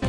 蘭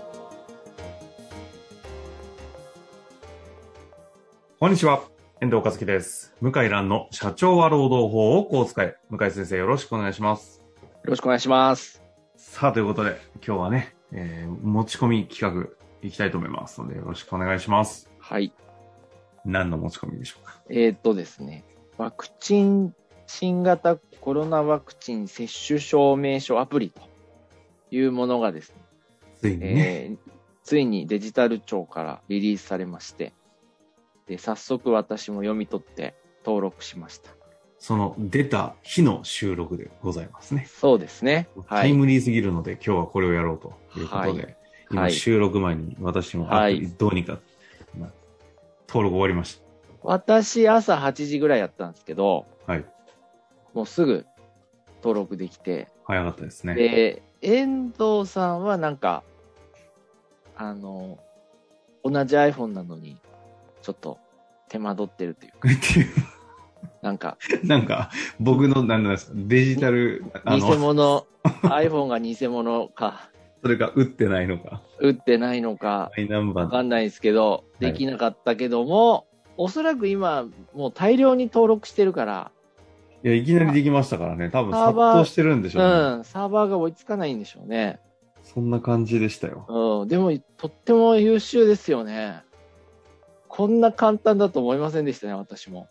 こんにちは。遠藤和樹です。向井蘭の社長は労働法をこう使え。向井先生よろしくお願いします。よろしくお願いします。さあ、ということで今日はね、えー持ち込み企画いきたいと思いますのでよろしくお願いします。はい。何の持ち込みでしょうか。えーっとですね、ワクチン、新型コロナワクチン接種証明書アプリというものがですね、ついにね、えーついにデジタル庁からリリースされまして、で、早速私も読み取って登録しました。その出た日の収録でございますね。そうですね。はタイい。ムリーすぎるので今日はこれをやろうということで、はは今い。収録前に私もアプリはいどうにか、まあ登録終わりました。私、朝8時ぐらいやったんですけど、はいもうすぐ登録できて、早かったですね。で、遠藤さんはなんか、あの、同じ iPhone なのに、ちょっと手間取ってるというか、 っていうなんか、なんか、僕の、なんなんですか、デジタル、あ偽の、物、iPhone が偽物か、それが打ってないのか、打ってないのか、マイナンバわかーんないですけど、いできなかったけども、おそらく今、もう大量に登録してるから、いや、いきなりできましたからね、多分サ殺ーバー到してるんでしうょうね。ん、サーバーが追いつかないんでしょうね。そんな感じでしたよ。うん、でも、とっても優秀ですよね。こんな簡単だと思いませんでしたね、私も。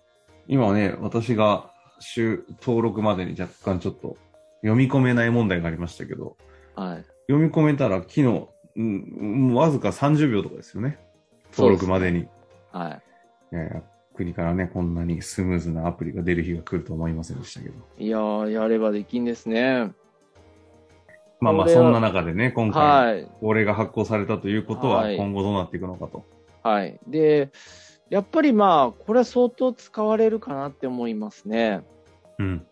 今ね、私が、週、登録までに若干ちょっと、読み込めない問題がありましたけど、はい。読み込めたら、昨日、うん、わずか30秒とかですよね。登録までに。はいい。やいや、国からね、こんなにスムーズなアプリが出る日が来ると思いませんでしたけど。いやー、やればできんですね。まあまあ、これはそんな中でね、今回、はい。法令が発行されたということは、はい今後どうなっていくのかと。はい。で、やっぱりまあ、これは相当使われるかなって思いますね。うん。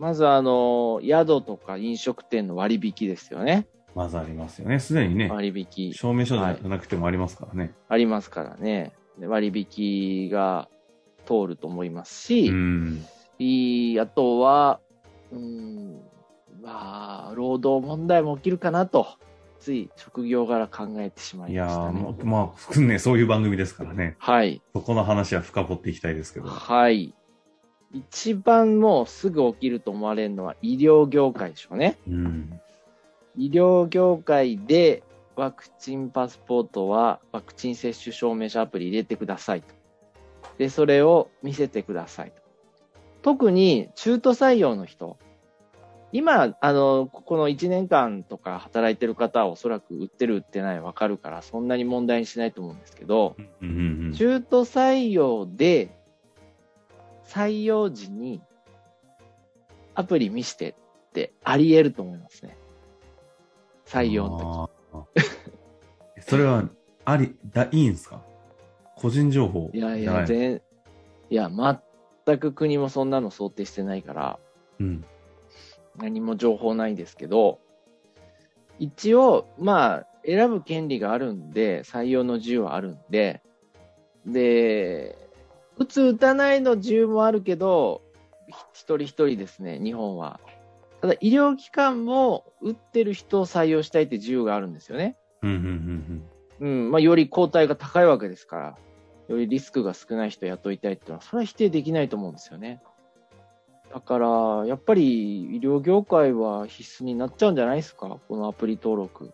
まず、あの、宿とか飲食店の割引ですよね。まずありますよね。すでにね、割引証明書じゃなくてもありますからね。ありますからね。で割引が通ると思いますし、うん。いいあとは、うん、まあ、労働問題も起きるかなと、つい職業柄考えてしまいいやましたー、ねも。う、まあ、ね、そういう番組ですからね。はい。そこの話は深掘っていきたいですけど。はい。一番もうすぐ起きると思われるのは医療業界でしょうね。うん。医療業界でワクチンパスポートはワクチン接種証明書アプリ入れてくださいと。で、それを見せてくださいと。特に中途採用の人。今、あの、ここの1年間とか働いてる方はおそらく売ってる売ってないわかるからそんなに問題にしないと思うんですけど、うんうんうん。中途採用で、採用時にアプリ見してってあり得ると思いますね。採用のあー それは、あり、だ、いいんですか個人情報時。いやいじゃなや、全、いや、全く国もそんなの想定してないから、うん。何も情報ないですけど、一応、まあ、選ぶ権利があるんで、採用の自由はあるんで、で、打つ打たないの自由もあるけど、ひ一人一人ですね、日本は。ただ、医療機関も打ってる人を採用したいって自由があるんですよね。うん、うん、うんうん、まあ、より抗体が高いわけですから、よりリスクが少ない人を雇いたいっていうのは、それは否定できないと思うんですよね。だから、やっぱり医療業界は必須になっちゃうんじゃないですか、このアプリ登録。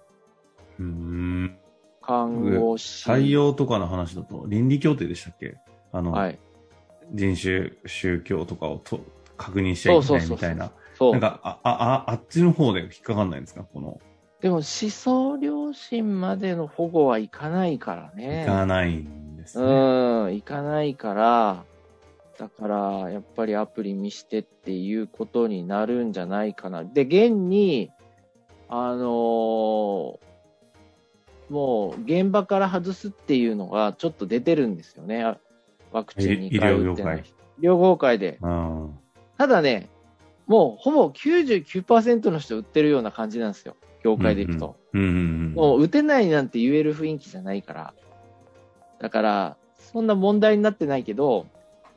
うん。うん。看護師。採用とかの話だと、倫理協定でしたっけあの、はい。人種、宗教とかをと確認しちゃいけそうないそうそうみたそういな。そなんう。か、あ、あ、ああっちの方で引っかかんないんですかこの、でも、思想良心までの保護はいかないからね。いかないんですね。うん、行かないから、だから、やっぱりアプリ見してっていうことになるんじゃないかな。で、現に、あのーもう現場から外すっていうのがちょっと出てるんですよね。あワクチンに医療業ってない界。人。医療業界で。うん。ただね、もうほぼ99%の人売ってるような感じなんですよ。業界でいくと。うんうんうん。もう打てないなんて言える雰囲気じゃないから。だから、そんな問題になってないけど、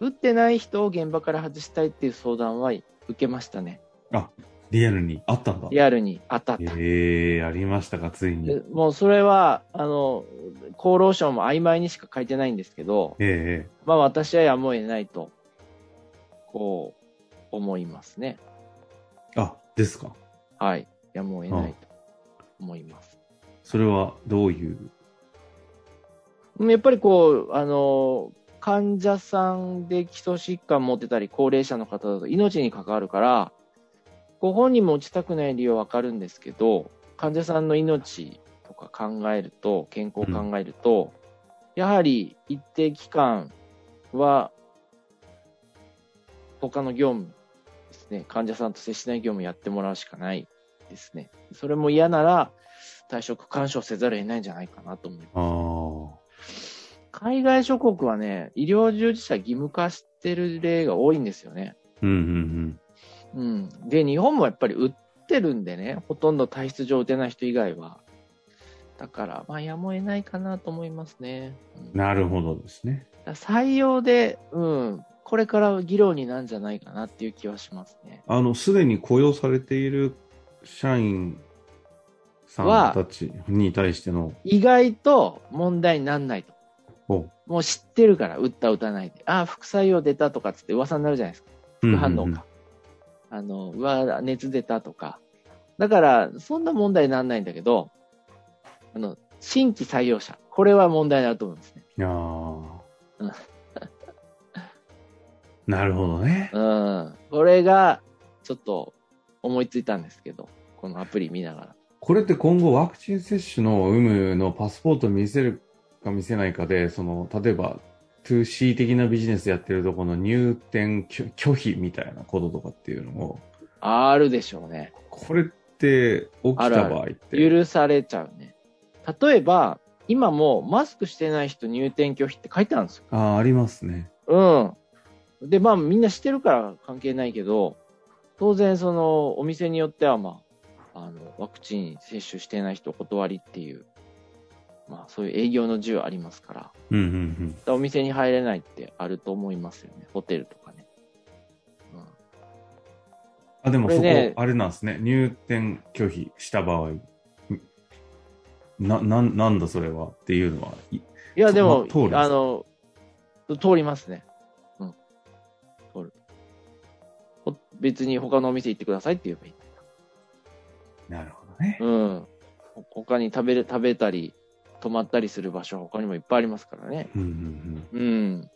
打ってない人を現場から外したいっていう相談は受けましたね。リアルにあったんだ。リアルに当たった。ええありましたか、ついに。でえもうそれは、あの、厚労省も曖昧にしか書いてないんですけど、えまあ私はやむを得ないと、こう、思いますね。あ、ですか。はい。やむを得ないと思います。それはどういう。うんやっぱりこう、あの、患者さんで基礎疾患持ってたり、高齢者の方だと命に関わるから、ご本人も打ちたくない理由はわかるんですけど、患者さんの命とか考えると、健康を考えると、やはり一定期間は、他の業務ですね、患者さんと接しない業務やってもらうしかないですね。それも嫌なら、退職干渉せざるを得ないんじゃないかなと思います。ああ。海外諸国はね、医療従事者義務化してる例が多いんですよね。うんうんうん。で、日本もやっぱり売ってるんでね、ほとんど体質上打てない人以外は。だから、まあ、やむを得ないかなと思いますね。うんうん。なるほどですね。だから採用で、うん、これから議論になるんじゃないかなっていう気はしますね。あの、すでに雇用されている社員さんたちに対しての、意外と問題にならないと。おうもう知ってるから、打った打たないで。ああ、副採用出たとかっつって噂になるじゃないですか。うんうん副うん反応か。あの、うわ、熱出たとか。だから、そんな問題にならないんだけど、あの、新規採用者。これは問題だと思うんですね。いやーうんなるほどね。うん。これが、ちょっと思いついたんですけど、このアプリ見ながら。これって今後ワクチン接種の有無のパスポート見せるか見せないかで、その、例えば 2C 的なビジネスやってるとこの入店拒拒否みたいなこととかっていうのを、あるでしょうね。これって起きた場合って。許されちゃうね。例えば、今もマスクしてない人入店拒否って書いてあるんですよ。ああ、ありますね。うん。で、まあみんなしてるから関係ないけど、当然そのお店によってはまあ、あの、ワクチン接種してない人お断りっていう、まあそういう営業の自由ありますから、だかうんうんうん。らお店に入れないってあると思いますよね。ホテルとかね。うん。あ、でもそこ、これねあれなんですね。入店拒否した場合。な、なん、なんだそれはっていうのは。いいや、でも、通るんですかあの、通りますね。うん。通る。ほ別に他のお店行ってくださいって言えばいい。なるほどね。うん。ほ他に食べれ、食べたり、泊まったりする場所は他にもいっぱいありますからね。うんうんうん。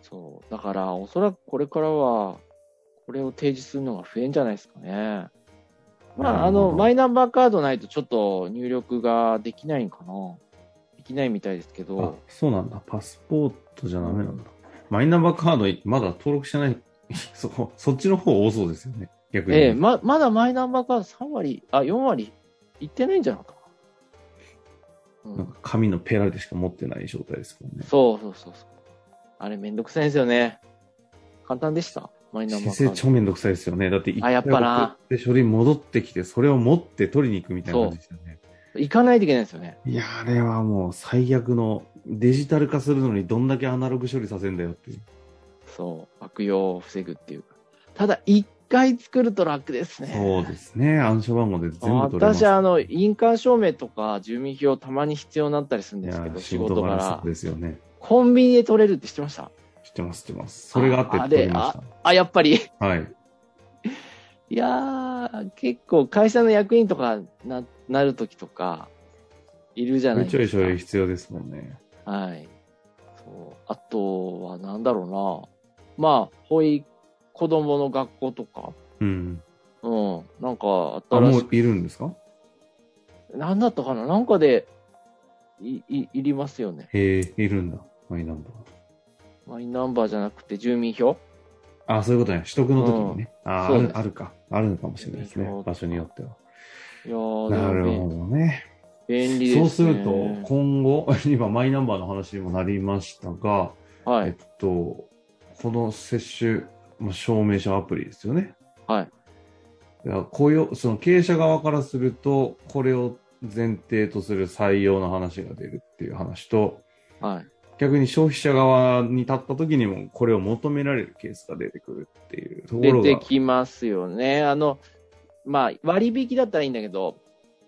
そう。だから、おそらくこれからは、これを提示するのが増えんじゃないですかね。まあ、なあるほの、どマイナンバーカードないとちょっと入力ができないんかな。できないみたいですけうん。あど、、そうなんだ。パスポートじゃダメなんだ。マイナンバーカード、まだ登録してない、 そこ、そっちの方多そうですよね。逆に。ええま、まだマイナンバーカード3割、あ、4割いってないんじゃないかな。うなんん、か紙のペラでしか持ってない状態ですもんね。そうそうそうそう。あれめんどくさいんですよね。簡単でしたマイナンバ先ーカ生、ー超めんどくさいですよね。だって、あやっぱな。で、書類戻ってきて、それを持って取りに行くみたいな感じですよね。ド。行かないといけないですよね。いや、あれはもう最悪のデジタル化するのにどんだけアナログ処理させんだよっていう。そう。悪用を防ぐっていうか。ただ、一回作ると楽ですね。そうですね。暗証番号で全部取れます。私、あの、印鑑証明とか住民票たまに必要になったりするんいですけやど、仕仕事事か柄そらう。ですよね。コンビニで取れるって知ってました知ってます、知ってます。それがああっあてれ取りましあ、やっぱり。た。はい。いやー、結構会社の役員とかな、なるときとか、いるじゃないちょでいすちょいか。必要ですもんね。はい。そう。あとは、なんだろうな。まあ、保育、子供の学校とか、うん。うん。なんか、あ、新もしういるんですかい、なんだったかななんかで、い、い、いりますよね。へえ、いるんだ。マイナンバー。マイナンバーじゃなくて、住民票あ、そういうことね。取得の時にね。あそうあでる、すあるか。あるのかもしれないですねそう。場所によっては。いやー、なるほど。どね。便利ですね。そうすると、今後、 今、マイナンバーの話にもなりましたが、はえっい。と、この接種、まあ、証明書アプリですよね。はい。だから雇用、その経営者側からすると、これを前提とする採用の話が出るっていう話と、はい。逆に消費者側に立った時にも、これを求められるケースが出てくるっていうところ出が。てきますよね。あの、まあ、割引だったらいいんだけど、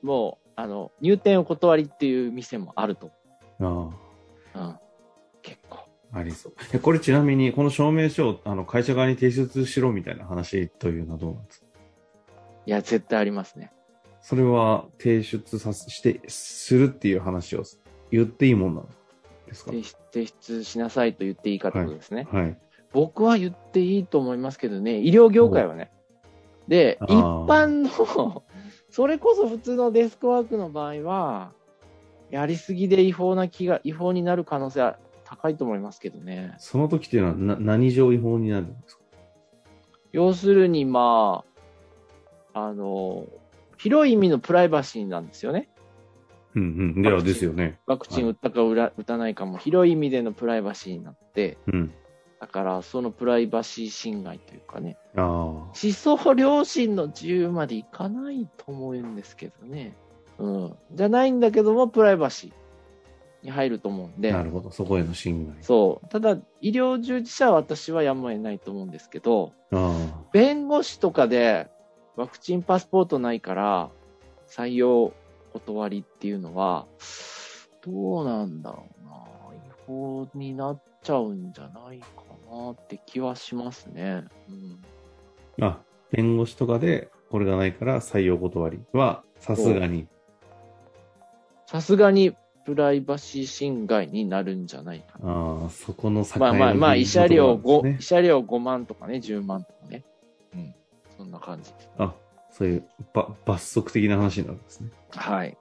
もう、あの、入店お断りっていう店もあると。あうん。結構。あありそう。えこれちなみに、この証明書をあの会社側に提出しろみたいな話というのはどうなんですかいや、絶対ありますね。それは提出させして、するっていう話を言っていいもんなんですか提出提出しなさいと言っていいかってことですね。はい。僕は言っていいと思いますけどね、医療業界はね。で、あ一ー般の、 それこそ普通のデスクワークの場合は、やりすぎで違法な気が、違法になる可能性は高いと思いますけどね。その時っていうのはな何上違法になるんですか要するに、まあ、あの、広い意味のプライバシーなんですよね。うんうん。ではですよね。ワクチン打ったか打ら打たないかも広い意味でのプライバシーになって、うん。だからそのプライバシー侵害というかね、あ思想良心の自由までいかないと思うんですけどね。うん。じゃないんだけども、プライバシーに入ると思うんあ。で。なるほど。そこへの侵害。そう。ただ、医療従事者は私はやむを得ないと思うんですけど、あ弁護士とかでワクチンパスポートないから採用断りっていうのは、どうなんだろうな。違法になっちゃうんじゃないかなって気はしますね。うん。あ。あ、弁護士とかで、これがないから採用断りは、さすがに。さすがにプライバシー侵害になるんじゃないかな。ああ、そこの境まあまあまあ、目慰と謝いう料ことなんで5、す慰ね謝料5万とかね、10万とかね。うん。そんな感じ。あ、そういうば罰則的な話になるんですね。はい。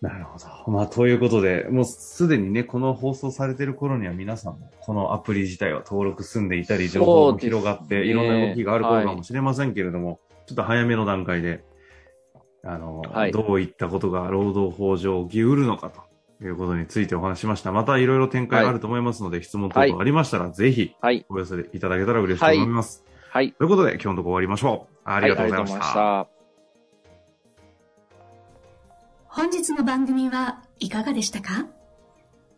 なるほど。まあ、ということで、もうすでにね、この放送されてる頃には皆さんも、このアプリ自体は登録済んでいたり、情報も広がっそうて、ですねいろんな動きがあることはいかもしれませんけれども、ちょっと早めの段階で、あの、はいどういったことが労働法上起きうるのかということについてお話しました。またいろいろ展開あると思いますので、質問等々ありましたら、ぜひはい。お寄せいただけたら嬉しく思います。はい。ということで、今日のところ終わりましょう。ありがとうございましはた。あ本日の番組はいかがでしたか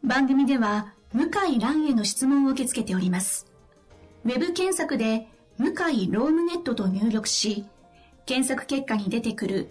番組では向井蘭への質問を受け付けております。ウェブ検索で向井ロームネットと入力し、検索結果に出てくる